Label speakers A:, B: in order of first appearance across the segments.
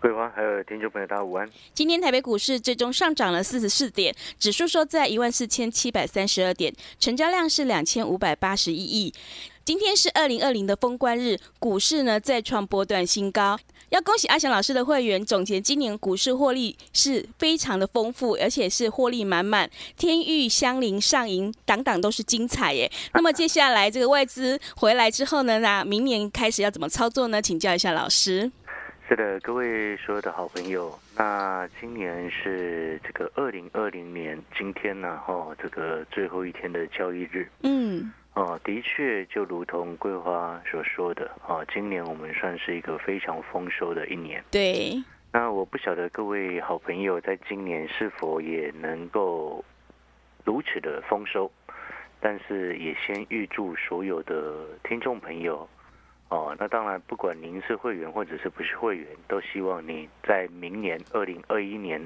A: 桂花还有听众朋友大家午安。
B: 今天台北股市最终上涨了四十四点，指数收在一万四千七百三十二点，成交量是两千五百八十一亿。今天是二零二零的封关日，股市呢再创波段新高。要恭喜阿翔老师的会员总结，今年股市获利是非常的丰富，而且是获利满满。天域、香菱、上银，档档都是精彩耶。那么接下来这个外资回来之后呢，那明年开始要怎么操作呢？请教一下老师。
A: 是的，各位所有的好朋友，那今年是这个二零二零年，今天呢、哦，这个最后一天的交易日，
B: 嗯，
A: 哦，的确就如同桂花所说的，哦，今年我们算是一个非常丰收的一年。
B: 对，
A: 那我不晓得各位好朋友在今年是否也能够如此的丰收，但是也先预祝所有的听众朋友哦，那当然不管您是会员或者是不是会员，都希望你在明年二零二一年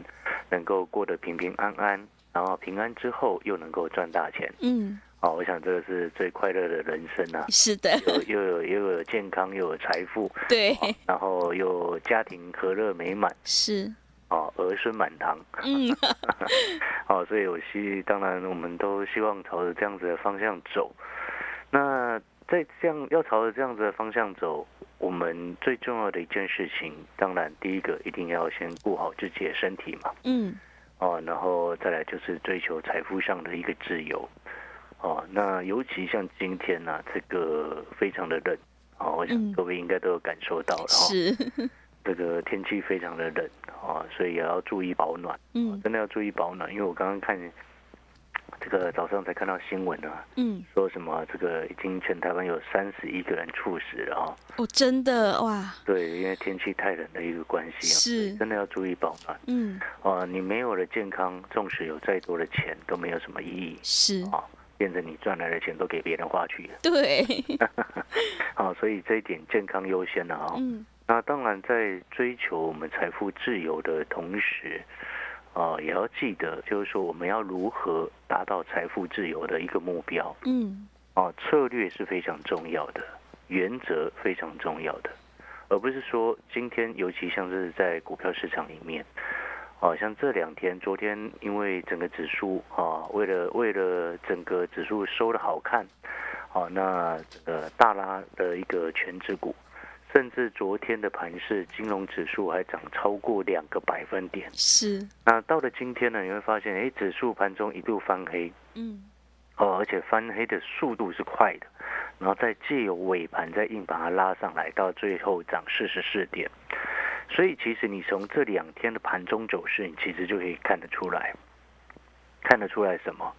A: 能够过得平平安安，然后平安之后又能够赚大钱
B: 嗯，
A: 哦，我想这个是最快乐的人生啊，
B: 是的，
A: 有又有又有健康又有财富，
B: 对，
A: 哦然后又家庭和乐美满。
B: 是，
A: 哦，儿孙满堂
B: 嗯，
A: 哦，所以我希当然我们都希望朝着这样子的方向走。那在这样要朝着这样子的方向走，我们最重要的一件事情，当然第一个一定要先顾好自己的身体嘛，
B: 嗯，
A: 哦，然后再来就是追求财富上的一个自由。哦，那尤其像今天呢、这个非常的冷，哦，我
B: 嗯
A: 想各位应该都有感受到了、哦，
B: 是，
A: 这个天气非常的冷，哦，所以也要注意保暖。
B: 嗯，
A: 真的要注意保暖，因为我刚刚看这个早上才看到新闻啊，
B: 嗯，
A: 说什么这个已经全台湾有三十一个人猝死了哦，
B: 哦，真的哇，
A: 对，因为天气太冷的一个关系啊，
B: 是
A: 真的要注意保暖
B: 嗯，
A: 啊！你没有了健康，纵使有再多的钱都没有什么意义
B: 是，
A: 啊，变成你赚来的钱都给别人花去了
B: 对，
A: 啊，所以这一点健康优先了啊、
B: 嗯，
A: 那当然，在追求我们财富自由的同时，啊、也要记得，就是说我们要如何达到财富自由的一个目标
B: 嗯，
A: 啊、策略是非常重要的，原则非常重要的，而不是说今天，尤其像是在股票市场里面。啊，像这两天，昨天因为整个指数啊，为了为了整个指数收的好看，啊，那这个大拉的一个全指股，甚至昨天的盘市，金融指数还涨超过两个百分点。
B: 是，
A: 那到了今天呢，你会发现，哎，指数盘中一度翻黑，
B: 嗯，
A: 哦，而且翻黑的速度是快的，然后再借由尾盘再硬把它拉上来，到最后涨四十四点。所以其实你从这两天的盘中走势，你其实就可以看得出来，看得出来什么？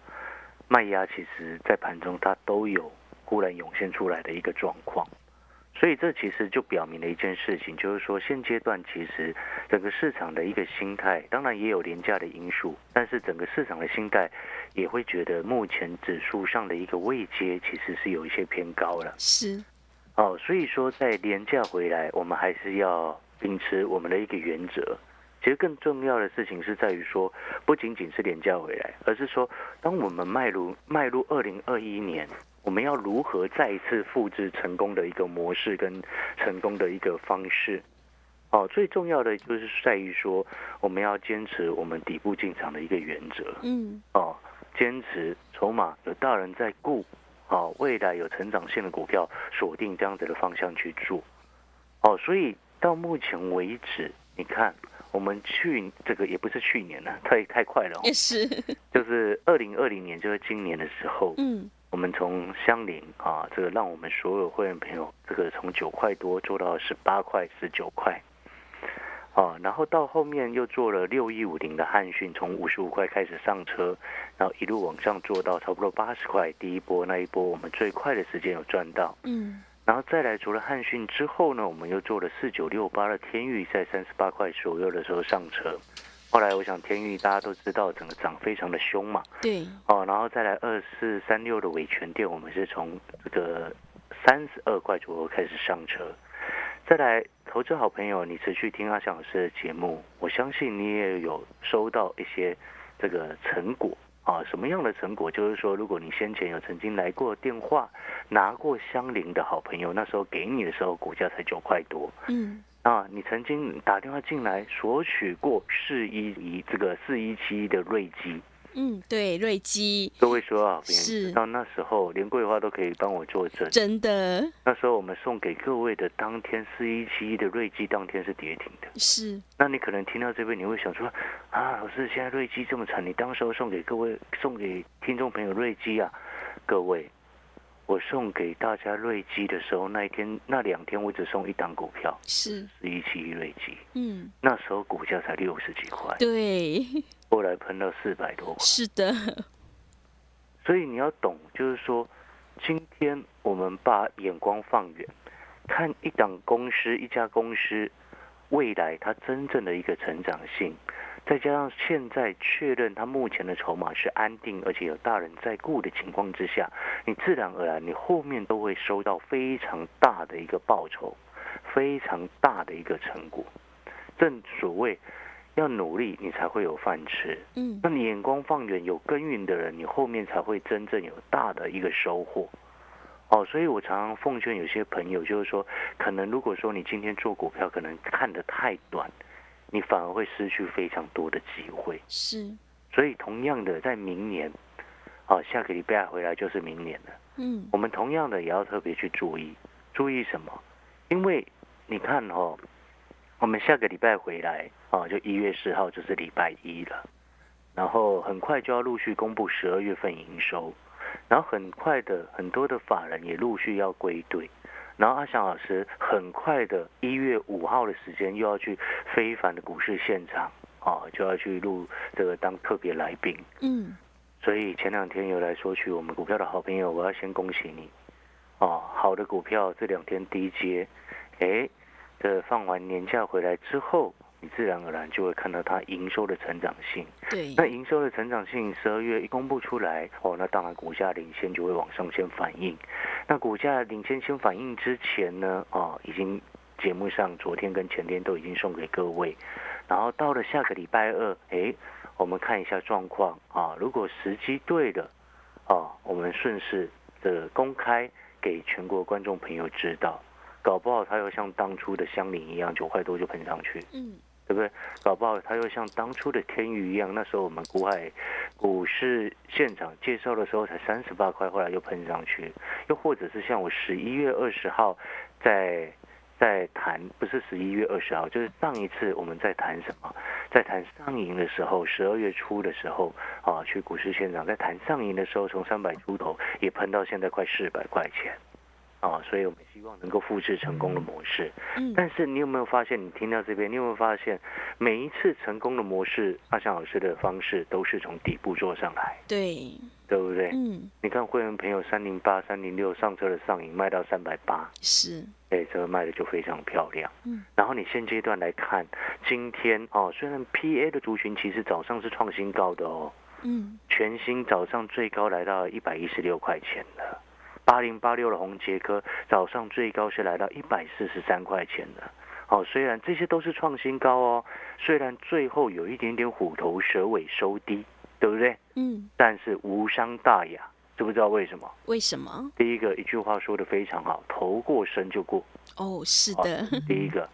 A: 卖压其实在盘中它都有忽然涌现出来的一个状况。所以这其实就表明了一件事情，就是说现阶段其实整个市场的一个心态，当然也有廉价的因素，但是整个市场的心态也会觉得目前指数上的一个位阶其实是有一些偏高了。
B: 是，
A: 哦，所以说在廉价回来，我们还是要秉持我们的一个原则。其实更重要的事情是在于说，不仅仅是廉价回来，而是说，当我们迈入迈入二零二一年，我们要如何再一次复制成功的一个模式跟成功的一个方式。哦，最重要的就是在于说，我们要坚持我们底部进场的一个原则。
B: 嗯，
A: 哦，坚持筹码有大人在顾，哦，未来有成长性的股票锁定这样子的方向去做，哦，所以到目前为止，你看我们去这个也不是去年了，太太快了、哦
B: 也，是，
A: 就是二零二零年，就是今年的时候，
B: 嗯，
A: 我们从相邻啊，这个让我们所有会员朋友，这个从九块多做到十八块、十九块，哦，然后到后面又做了六一五零的汉讯，从五十五块开始上车，然后一路往上做到差不多八十块，第一波那一波我们最快的时间有赚到，
B: 嗯
A: 然后再来除了汉讯之后呢，我们又做了四九六八的天域，在三十八块左右的时候上车，后来我想天域大家都知道整个涨非常的凶嘛，
B: 对，
A: 哦，然后再来二四三六的维权店，我们是从这个三十二块左右开始上车。再来，投资好朋友，你持续听阿翔老师的节目，我相信你也有收到一些这个成果啊。什么样的成果？就是说，如果你先前有曾经来过电话拿过相邻的好朋友，那时候给你的时候，股价才九块多，
B: 嗯
A: 啊，你曾经打电话进来索取过四一一这个四一七的瑞基，
B: 嗯，对，瑞基
A: 各位说啊，别人
B: 是
A: 知道那时候连桂花都可以帮我作证。
B: 真的
A: 那时候我们送给各位的当天四一七一的瑞基，当天是跌停的。
B: 是，
A: 那你可能听到这边，你会想说啊，老师现在瑞基这么惨，你当时候送给各位、送给听众朋友瑞基啊，各位，我送给大家瑞基的时候，那一天那两天我只送一档股票，
B: 是，
A: 四一七一瑞基，
B: 嗯，
A: 那时候股价才六十几块，
B: 对，
A: 后来喷到四百多块。
B: 是的，
A: 所以你要懂，就是说，今天我们把眼光放远，看一档公司、一家公司未来它真正的一个成长性，再加上现在确认它目前的筹码是安定，而且有大人在顾的情况之下，你自然而然你后面都会收到非常大的一个报酬，非常大的一个成果。正所谓，要努力你才会有饭吃。
B: 嗯
A: 那你眼光放远，有耕耘的人，你后面才会真正有大的一个收获。哦，所以我常常奉劝有些朋友，就是说，可能如果说你今天做股票，可能看得太短，你反而会失去非常多的机会。
B: 是，
A: 所以，同样的，在明年，哦，下个礼拜回来就是明年了。
B: 嗯
A: 我们同样的也要特别去注意，注意什么？因为你看哦，我们下个礼拜回来啊，就一月四号就是礼拜一了，然后很快就要陆续公布十二月份营收，然后很快的很多的法人也陆续要归队。然后阿翔老师很快的，一月五号的时间又要去非凡的股市现场啊，就要去录这个当特别来宾。
B: 嗯，
A: 所以前两天有来索取我们股票的好朋友，我要先恭喜你哦！好的股票这两天低接，哎，这放完年假回来之后，你自然而然就会看到它营收的成长性。
B: 对，
A: 那营收的成长性，十二月一公布出来，哦，那当然股价领先就会往上先反应。那股价领先先反应之前呢，哦，已经节目上昨天跟前天都已经送给各位，然后到了下个礼拜二，诶，我们看一下状况啊，如果时机对了，哦，我们顺势的公开给全国观众朋友知道，搞不好它又像当初的香菱一样，九块多就喷上去。
B: 嗯
A: 对不对？搞不好它又像当初的天宇一样，那时候我们股海股市现场介绍的时候才三十八块，后来又喷上去，又或者是像我十一月二十号在在谈，不是十一月二十号，就是上一次我们在谈什么，在谈上影的时候，十二月初的时候啊，去股市现场在谈上影的时候，从三百出头也喷到现在快四百块钱。啊，所以我们希望能够复制成功的模式。
B: 嗯，
A: 但是你有没有发现，你听到这边，你有没有发现，每一次成功的模式，阿翔老师的方式都是从底部做上来，
B: 对，
A: 对不对？
B: 嗯
A: 你看会员朋友三零八、三零六上车的上影卖到三百八，
B: 是，
A: 哎，这个卖的就非常漂亮。
B: 嗯
A: 然后你现阶段来看，今天哦，虽然 PA 的族群其实早上是创新高的哦，
B: 嗯
A: 全新早上最高来到一百一十六块钱了，八零八六的红杰科早上最高是来到一百四十三块钱了。哦，虽然这些都是创新高哦，虽然最后有一点点虎头蛇尾收低，对不对？
B: 嗯，
A: 但是无伤大雅，知不知道为什么？
B: 为什么？
A: 第一个一句话说的非常好，头过身就过。
B: 哦，是的，
A: 第一个，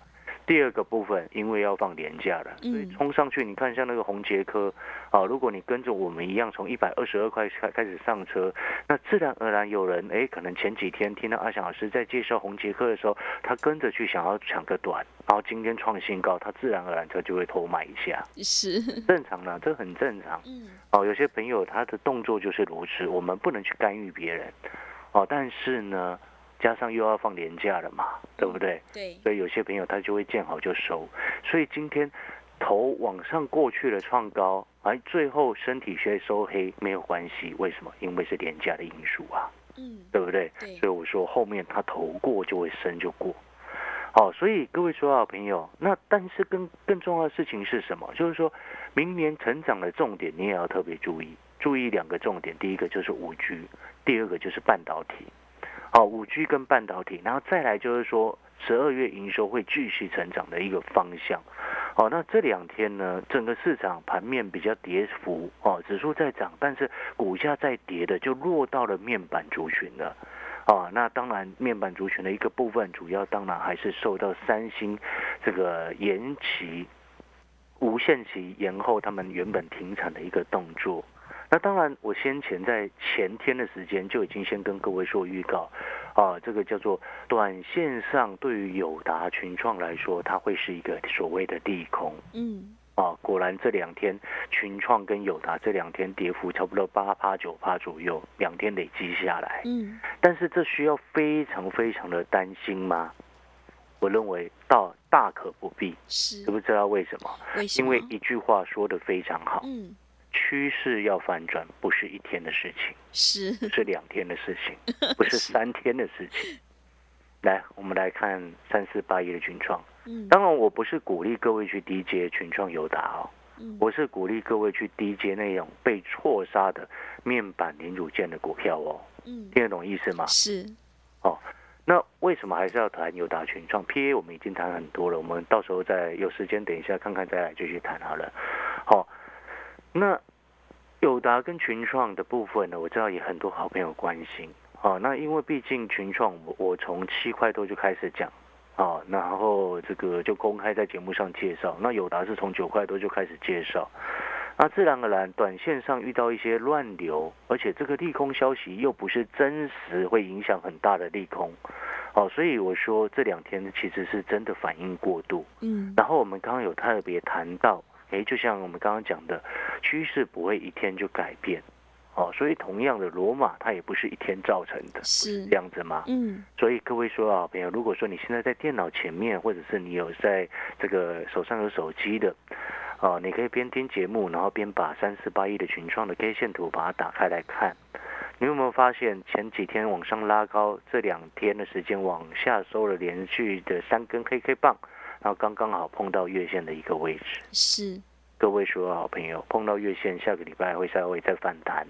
A: 第二个部分，因为要放年假了，所以
B: 嗯
A: 冲上去，你看像那个红杰科啊，如果你跟着我们一样从一百二十二块开开始上车，那自然而然有人哎，可能前几天听到阿啊翔老师在介绍红杰科的时候，他跟着去想要抢个短，然后今天创新高，他自然而然他就会偷买一下，
B: 是，
A: 正常啦，这很正常。
B: 嗯
A: 哦，有些朋友他的动作就是如此，我们不能去干预别人。哦，但是呢，加上又要放年假了嘛，对不对？
B: 对，
A: 所以有些朋友他就会见好就收。所以今天头往上过去了创高，而最后身体却收黑没有关系，为什么？因为是廉价的因素啊，
B: 嗯，
A: 对不对？
B: 对
A: 所以我说后面它头过就会升就过。好，所以各位说好朋友，那但是更更重要的事情是什么？就是说明年成长的重点，你也要特别注意，注意两个重点，第一个就是五 G，第二个就是半导体。好，五 G 跟半导体，然后再来就是说十二月营收会继续成长的一个方向。好，那这两天呢，整个市场盘面比较跌幅，哦，指数在涨，但是股价在跌的就落到了面板族群了。啊，那当然，面板族群的一个部分，主要当然还是受到三星这个延期、无限期延后他们原本停产的一个动作。那当然，我先前在前天的时间就已经先跟各位说预告，啊，这个叫做短线上对于友达群创来说，它会是一个所谓的利空。
B: 嗯，
A: 啊，果然这两天群创跟友达这两天跌幅差不多八趴九趴左右，两天累积下来。
B: 嗯，
A: 但是这需要非常非常的担心吗？我认为到大可不必，
B: 是
A: 知不知道为什么？
B: 为什
A: 因
B: 么？
A: 为一句话说的非常好，
B: 嗯，
A: 趋势要反转不是一天的事情，
B: 是
A: 是两天的事情，不是三天的事情。来，我们来看三四八一的群创。
B: 嗯
A: 当然，我不是鼓励各位去低接群创友达哦，
B: 嗯
A: 我是鼓励各位去低接那种被错杀的面板零组件的股票哦，
B: 嗯
A: 听得懂意思吗？
B: 是
A: 那为什么还是要谈友达群创？P A 我们已经谈很多了，我们到时候再有时间等一下看看再来继续谈好了。好、那友达跟群创的部分呢，我知道也很多好朋友关心。哦，那因为毕竟群创我，我从七块多就开始讲，哦，然后这个就公开在节目上介绍。那友达是从九块多就开始介绍，那自然而然，短线上遇到一些乱流，而且这个利空消息又不是真实，会影响很大的利空。哦，所以我说这两天其实是真的反应过度。
B: 嗯
A: 然后我们刚刚有特别谈到，诶，就像我们刚刚讲的，趋势不会一天就改变，哦，所以同样的罗马它也不是一天造成的，
B: 是
A: 这样子吗？
B: 嗯
A: 所以各位说啊，朋友，如果说你现在在电脑前面，或者是你有在这个手上有手机的，哦，你可以边听节目，然后边把三四八一的群创的 K 线图把它打开来看。你有没有发现前几天往上拉高，这两天的时间往下收了连续的三根黑 K 棒，然后刚刚好碰到月线的一个位置。
B: 是
A: 各位所有好朋友，碰到月线，下个礼拜会稍微再反弹。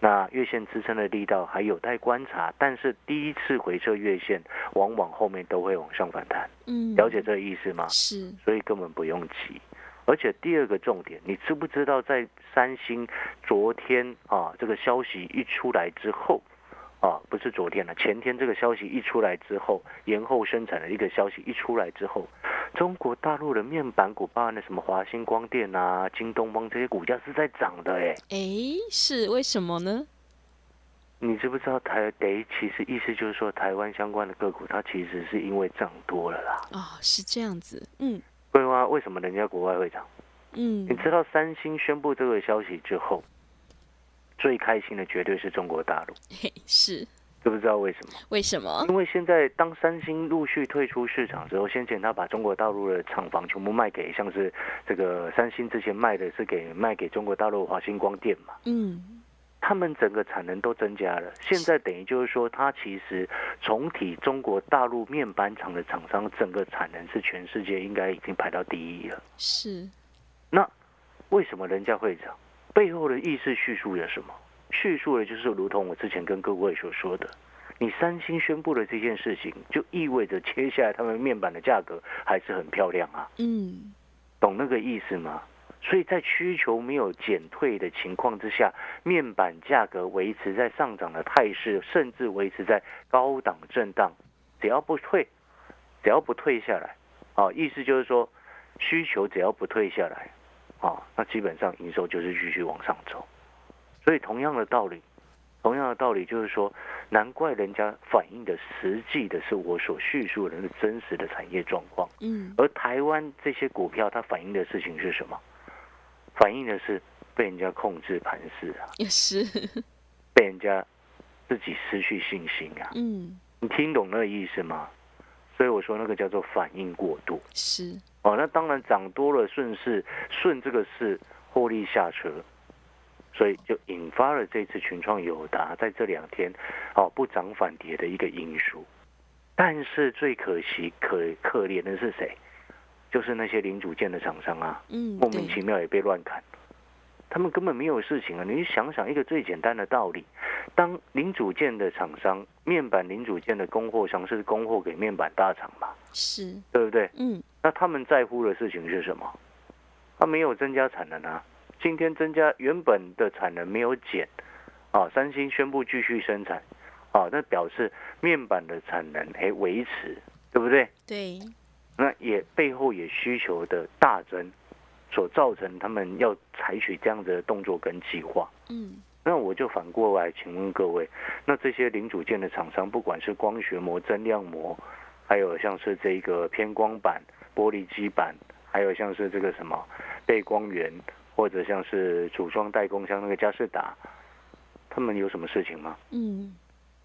A: 那月线支撑的力道还有待观察，但是第一次回撤月线，往往后面都会往上反弹，
B: 嗯
A: 了解这个意思吗？
B: 是
A: 所以根本不用急。而且第二个重点，你知不知道在三星昨天啊这个消息一出来之后，啊不是昨天了，前天这个消息一出来之后，延后生产的一个消息一出来之后，中国大陆的面板股，包含了什么华星光电啊、京东方这些股价是在涨的哎、
B: 诶，是为什么呢？
A: 你知不知道台得其实意思就是说台湾相关的个股，它其实是因为涨多了啦。
B: 哦，是这样子，嗯
A: 对吗？为什么人家国外会涨？
B: 嗯
A: 你知道三星宣布这个消息之后，最开心的绝对是中国大陆，
B: 嘿是
A: 知不知道为什么？
B: 为什么？
A: 因为现在当三星陆续退出市场之后，先前他把中国大陆的厂房全部卖给，像是这个三星之前卖的是给卖给中国大陆华星光电嘛，
B: 嗯
A: 他们整个产能都增加了。现在等于就是说，它其实总体中国大陆面板厂的厂商整个产能是全世界应该已经排到第一了。
B: 是
A: 为什么人家会涨？背后的意思叙述了什么？叙述的就是如同我之前跟各位所说的，你三星宣布了这件事情，就意味着接下来他们面板的价格还是很漂亮啊，
B: 嗯
A: 懂那个意思吗？所以在需求没有减退的情况之下，面板价格维持在上涨的态势，甚至维持在高档震荡，只要不退，只要不退下来，啊，意思就是说，需求只要不退下来，啊，那基本上营收就是继续往上走。所以同样的道理，同样的道理就是说，难怪人家反映的实际的是我所叙述的那个真实的产业状况。
B: 嗯
A: 而台湾这些股票，它反映的事情是什么？反映的是被人家控制盘势啊，
B: 也是
A: 被人家自己失去信心啊。
B: 嗯
A: 你听懂那个意思吗？所以我说那个叫做反应过度
B: 是
A: 哦，那当然涨多了顺势顺这个势获利下车，所以就引发了这次群创友达在这两天哦不涨反跌的一个因素。但是最可惜可可怜的是谁？就是那些零组件的厂商啊，
B: 嗯，
A: 莫名
B: 对
A: 其妙也被乱砍。他们根本没有事情啊！你想想一个最简单的道理：当零组件的厂商、面板零组件的供货商是供货给面板大厂嘛，
B: 是，
A: 对不对？
B: 嗯，
A: 那他们在乎的事情是什么？他没有增加产能啊，今天增加原本的产能没有减，啊，三星宣布继续生产，啊，那表示面板的产能还维持，对不对？
B: 对，
A: 那也背后也需求的大增，所造成他们要采取这样子的动作跟计划。
B: 嗯，
A: 那我就反过来请问各位，那这些零组件的厂商，不管是光学膜、增量膜，还有像是这个偏光板、玻璃基板，还有像是这个什么背光源，或者像是组装代工，像那个佳士达，他们有什么事情吗？
B: 嗯，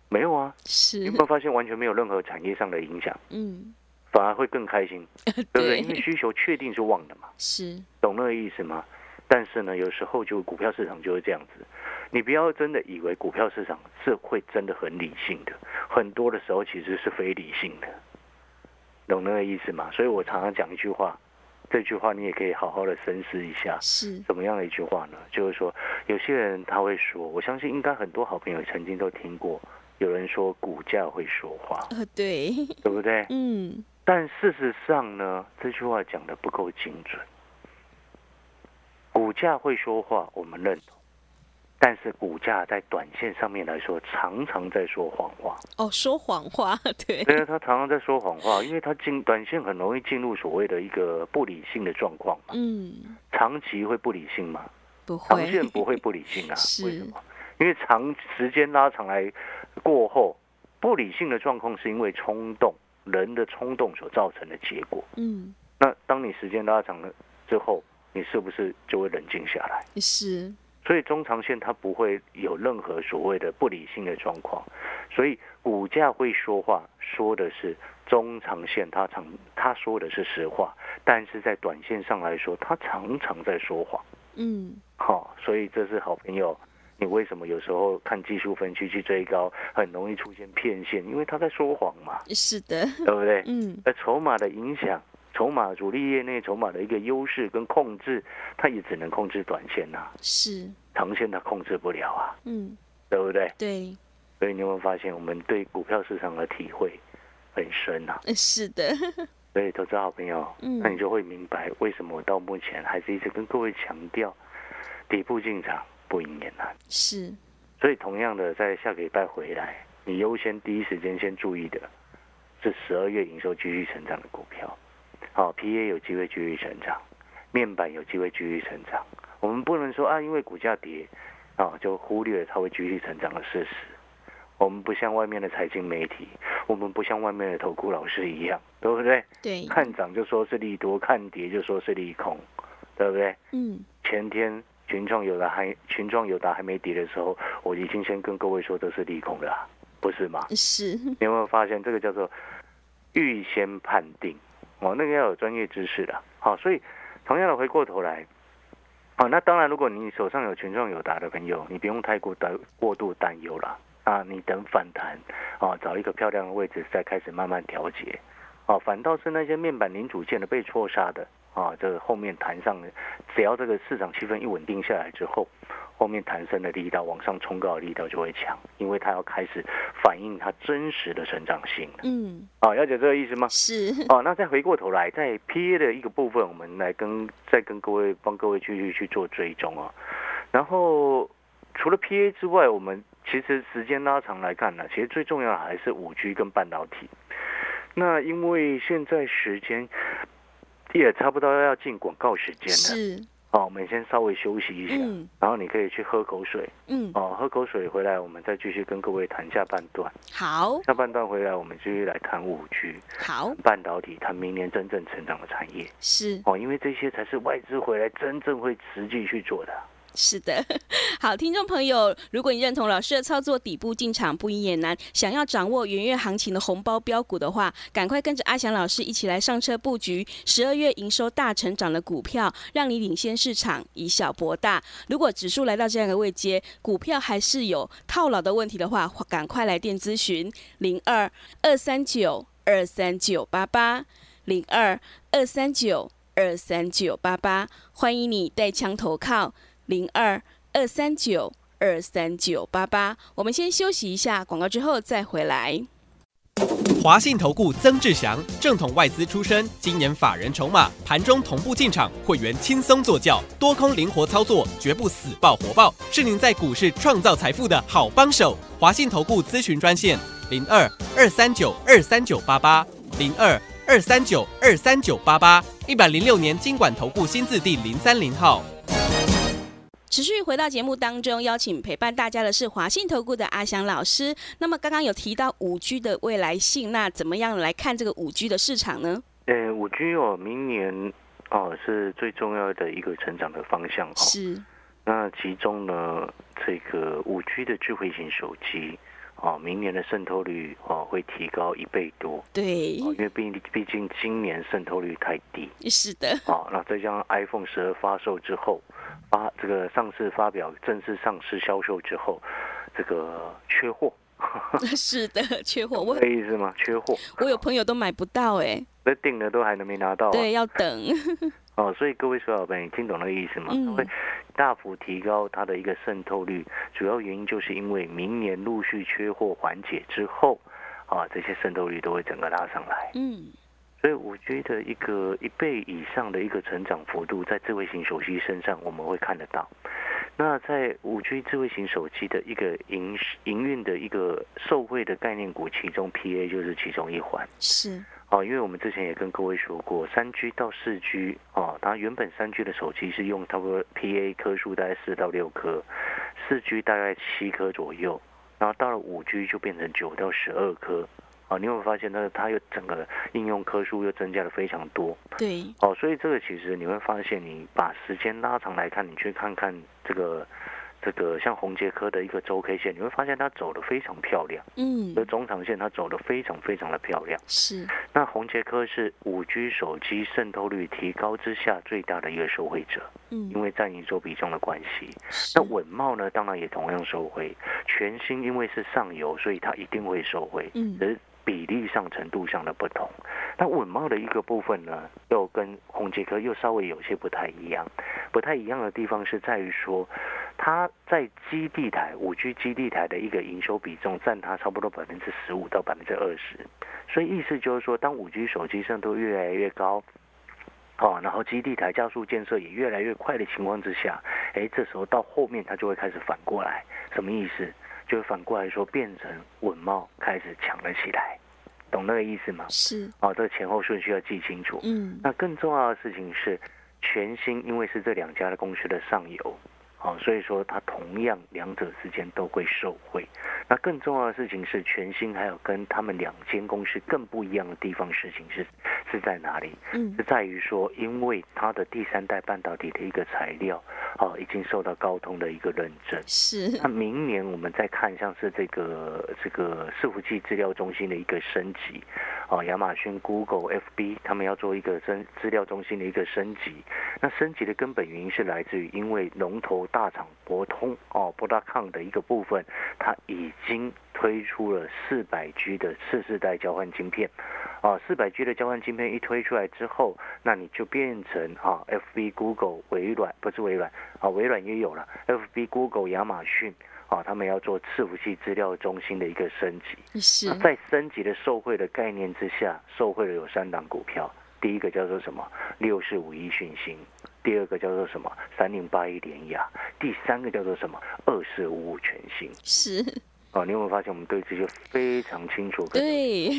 A: 没有啊，你有
B: 是
A: 没，有发现完全没有任何产业上的影响，
B: 嗯，
A: 反而会更开心，对不对？因为
B: 对，
A: 需求确定是旺的嘛。
B: 是，
A: 懂那个意思吗？但是呢，有时候就股票市场就是这样子，你不要真的以为股票市场是会真的很理性的，很多的时候其实是非理性的，懂那个意思吗？所以我常常讲一句话，这句话你也可以好好的深思一下。
B: 是，
A: 怎么样的一句话呢？就是说，有些人他会说，我相信应该很多好朋友曾经都听过，有人说股价会说话，
B: 呃，对，
A: 对不对？
B: 嗯，
A: 但事实上呢，这句话讲的不够精准。股价会说话，我们认同，但是股价在短线上面来说，常常在说谎话。
B: 哦，说谎话，对，
A: 因为他常常在说谎话，因为他进短线很容易进入所谓的一个不理性的状况嘛。
B: 嗯，
A: 长期会不理性吗？
B: 不
A: 长
B: 会，
A: 线不会不理性啊
B: 是？
A: 为什么？因为长时间拉长来过后，不理性的状况是因为冲动，人的冲动所造成的结果。
B: 嗯，
A: 那当你时间拉长了之后，你是不是就会冷静下来？
B: 是，
A: 所以中长线它不会有任何所谓的不理性的状况，所以股价会说话，说的是中长线它常它说的是实话，但是在短线上来说，它常常在说谎。
B: 嗯，
A: 好、所以这是好朋友。你为什么有时候看技术分析去追高，很容易出现骗线？因为他在说谎嘛，
B: 是的，
A: 对不对？
B: 嗯，
A: 而呃筹码的影响，筹码主力业内筹码的一个优势跟控制，它也只能控制短线呐、
B: 是，
A: 长线它控制不了啊，
B: 嗯，
A: 对不对？
B: 对，
A: 所以你有没有发现，我们对股票市场的体会很深啊？
B: 呃是的，
A: 所以投资好朋友，
B: 嗯
A: 那你就会明白为什么我到目前还是一直跟各位强调，底部进场不赢啊也难。
B: 是，
A: 所以同样的，在下个礼拜回来，你优先第一时间先注意的是十二月营收继续成长的股票，好、p A 有机会继续成长，面板有机会继续成长。我们不能说啊，因为股价跌，啊、就忽略了它会继续成长的事实。我们不像外面的财经媒体，我们不像外面的投顾老师一样，对不对？
B: 对，
A: 看涨就说是利多，看跌就说是利空，对不对？
B: 嗯，
A: 前天群众有的还群众有的还没跌的时候，我已经先跟各位说这是利空了啊、不是吗？
B: 是，
A: 你有没有发现这个叫做预先判定？哦，那个要有专业知识的。好、所以同样的回过头来，哦，那当然，如果你手上有群众有达的朋友，你不用太过担过度担忧了啊，你等反弹，哦，找一个漂亮的位置再开始慢慢调节。哦，反倒是那些面板零组件的被错杀的啊，这个后面弹上，只要这个市场气氛一稳定下来之后，后面弹升的力道往上冲高的力道就会强，因为它要开始反映它真实的成长性了。
B: 嗯，
A: 啊，了解这个意思吗？
B: 是，
A: 哦，那再回过头来，在 P A 的一个部分，我们来跟再跟各位帮各位继续去做追踪啊。然后除了 P A 之外，我们其实时间拉长来看呢，其实最重要的还是五 G 跟半导体。那因为现在时间也差不多要进广告时间了，
B: 是，
A: 哦，我们先稍微休息一下，
B: 嗯，
A: 然后你可以去喝口水
B: 嗯，
A: 哦，喝口水回来，我们再继续跟各位谈下半段。
B: 好，
A: 下半段回来，我们继续来谈五 G。
B: 好，
A: 半导体它明年真正成长的产业
B: 是，
A: 哦，因为这些才是外资回来真正会实际去做的。
B: 是的， 好，听众朋友，如果你认同老师的操作，底部进场不赢也难，想要掌握元月行情的红包标股的话，赶快跟着阿翔老师一起来上车布局十二月营收大成长的股票，让你领先市场，以小博大。如果指数来到这样的位阶，股票还是有套牢的问题的话，赶快来电咨询零二二三九二三九八八零二二三九二三九八八，欢迎你带枪投靠。零二二三九二三九八八。我们先休息一下，广告之后再回来。
C: 华信投顾曾志祥，正统外资出身，今年法人筹码，盘中同步进场，会员轻松做教，多空灵活操作，绝不死爆活爆，是您在股市创造财富的好帮手。华信投顾咨询专线零二二三九二三九八八零二二三九二三九八八，一百零六年经管投顾新字第零三零号。
B: 持续回到节目当中，邀请陪伴大家的是华信投顾的阿翔老师。那么刚刚有提到五 G 的未来性，那怎么样来看这个五 G 的市场呢？
A: 呃，五 G 哦，明年哦是最重要的一个成长的方向哦。
B: 是，
A: 那其中呢，这个五 G 的智慧型手机哦，明年的渗透率哦会提高一倍多
B: 对，
A: 哦，因为毕毕竟今年渗透率太低
B: 是 的，
A: 哦。那再加上 iPhone 十二发售之后，发这个上市发表正式上市销售之后，这个缺货，
B: 是的，缺货， 我
A: 这意思吗？缺货，
B: 我有朋友都买不到哎、
A: 那订了都还能没拿到、啊，
B: 对，要等，
A: 哦，所以各位小伙伴，你听懂那个意思吗？
B: 嗯
A: 会大幅提高它的一个渗透率，主要原因就是因为明年陆续缺货缓解之后，啊，这些渗透率都会整个拉上来。
B: 嗯，
A: 所以五 G 的一个一倍以上的一个成长幅度，在智慧型手机身上我们会看得到。那在五 G 智慧型手机的一个营营运的一个受惠的概念股，其中 PA 就是其中一环。
B: 是，
A: 哦，因为我们之前也跟各位说过，三 G 到四 G 哦，它原本三 G 的手机是用差不多 PA 颗数大概四到六颗，四 G 大概七颗左右，然后到了五 G 就变成九到十二颗。哦，你有没有发现呢？它又整个应用颗数又增加了非常多
B: 对，
A: 哦，所以这个其实你会发现，你把时间拉长来看，你去看看这个这个像红杰科的一个周 K 线，你会发现它走的非常漂亮，
B: 嗯
A: 而，中长线它走的非常非常的漂亮。
B: 是，
A: 那红杰科是五 G 手机渗透率提高之下最大的一个受惠者，
B: 嗯，
A: 因为占营收比重的关系。
B: 是
A: 那稳茂呢，当然也同样受惠。全新因为是上游，所以它一定会受惠，
B: 嗯
A: 只是比例上、程度上的不同。那稳茂的一个部分呢，又跟红杰科又稍微有些不太一样。不太一样的地方是在于说，它在基地台五 G 基地台的一个营收比重占它差不多百分之十五到百分之二十，所以意思就是说，当五 G 手机渗透越来越高。哦，然后基地台加速建设也越来越快的情况之下，哎，这时候到后面它就会开始反过来，什么意思？就会反过来说变成稳茂开始强了起来，懂那个意思吗？
B: 是，
A: 哦，这个前后顺序要记清楚。
B: 嗯，
A: 那更重要的事情是，全新因为是这两家的公司的上游，哦，所以说它同样两者之间都会受惠。那更重要的事情是，全新还有跟他们两间公司更不一样的地方，事情是是在哪里？
B: 嗯
A: 是，在于说，因为它的第三代半导体的一个材料，哦，已经受到高通的一个认证。
B: 是
A: 那，明年我们再看，像是这个这个伺服器资料中心的一个升级，哦，亚马逊、Google、FB 他们要做一个升资料中心的一个升级。那升级的根本原因是来自于因为龙头大厂博通哦，博大康的一个部分，它已经推出了四百 G 的次世代交换晶片。哦，四百 G 的交换晶片一推出来之后，那你就变成啊，FB、Google、微软不是微软啊，微软也有了，FB、Google、亚马逊啊，他们要做伺服器资料中心的一个升级。
B: 是
A: 那，在升级的受惠的概念之下，受惠的有三档股票，第一个叫做什么？六四五一讯星。第二个叫做什么？三零八一联雅。第三个叫做什么？二四五五全新。
B: 是，
A: 哦，你有没有发现我们对这些非常清楚？。
B: 对，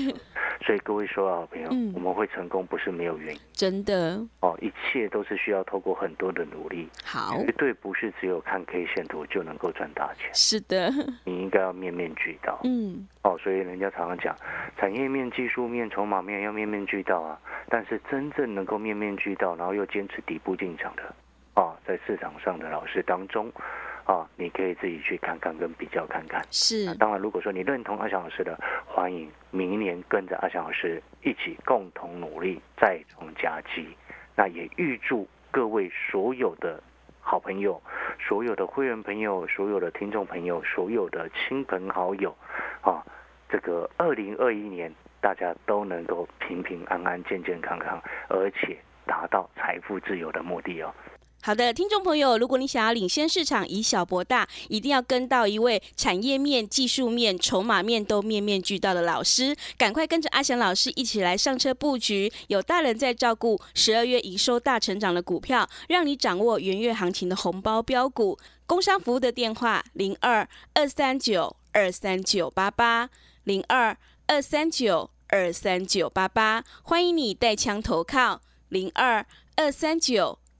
A: 所以各位说啊好朋友，
B: 嗯
A: 我们会成功不是没有原因
B: 真的
A: 哦，一切都是需要透过很多的努力，
B: 好，
A: 绝对不是只有看 K 线图就能够赚大钱，
B: 是的，
A: 你应该要面面俱到
B: 嗯，
A: 哦。所以人家常常讲，产业面、技术面、筹码面要面面俱到啊，但是真正能够面面俱到，然后又坚持底部进场的，哦，这在市场上的老师当中，啊，你可以自己去看看跟比较看看。
B: 是
A: 当然，如果说你认同阿翔老师的，欢迎明年跟着阿翔老师一起共同努力，再创佳绩。那也预祝各位所有的好朋友、所有的会员朋友、所有的听众朋友、所有的亲朋好友，啊，这个二零二一年大家都能够平平安安、健健康康，而且达到财富自由的目的哦。
B: 好的，听众朋友，如果你想要领先市场，以小博大，一定要跟到一位产业面、技术面、筹码面都面面俱到的老师，赶快跟着阿翔老师一起来上车布局，有大人在照顾，十二月营收大成长的股票，让你掌握元月行情的红包标股。工商服务的电话零二二三九二三九八八零二二三九二三九八八，欢迎你带枪投靠零二二三九。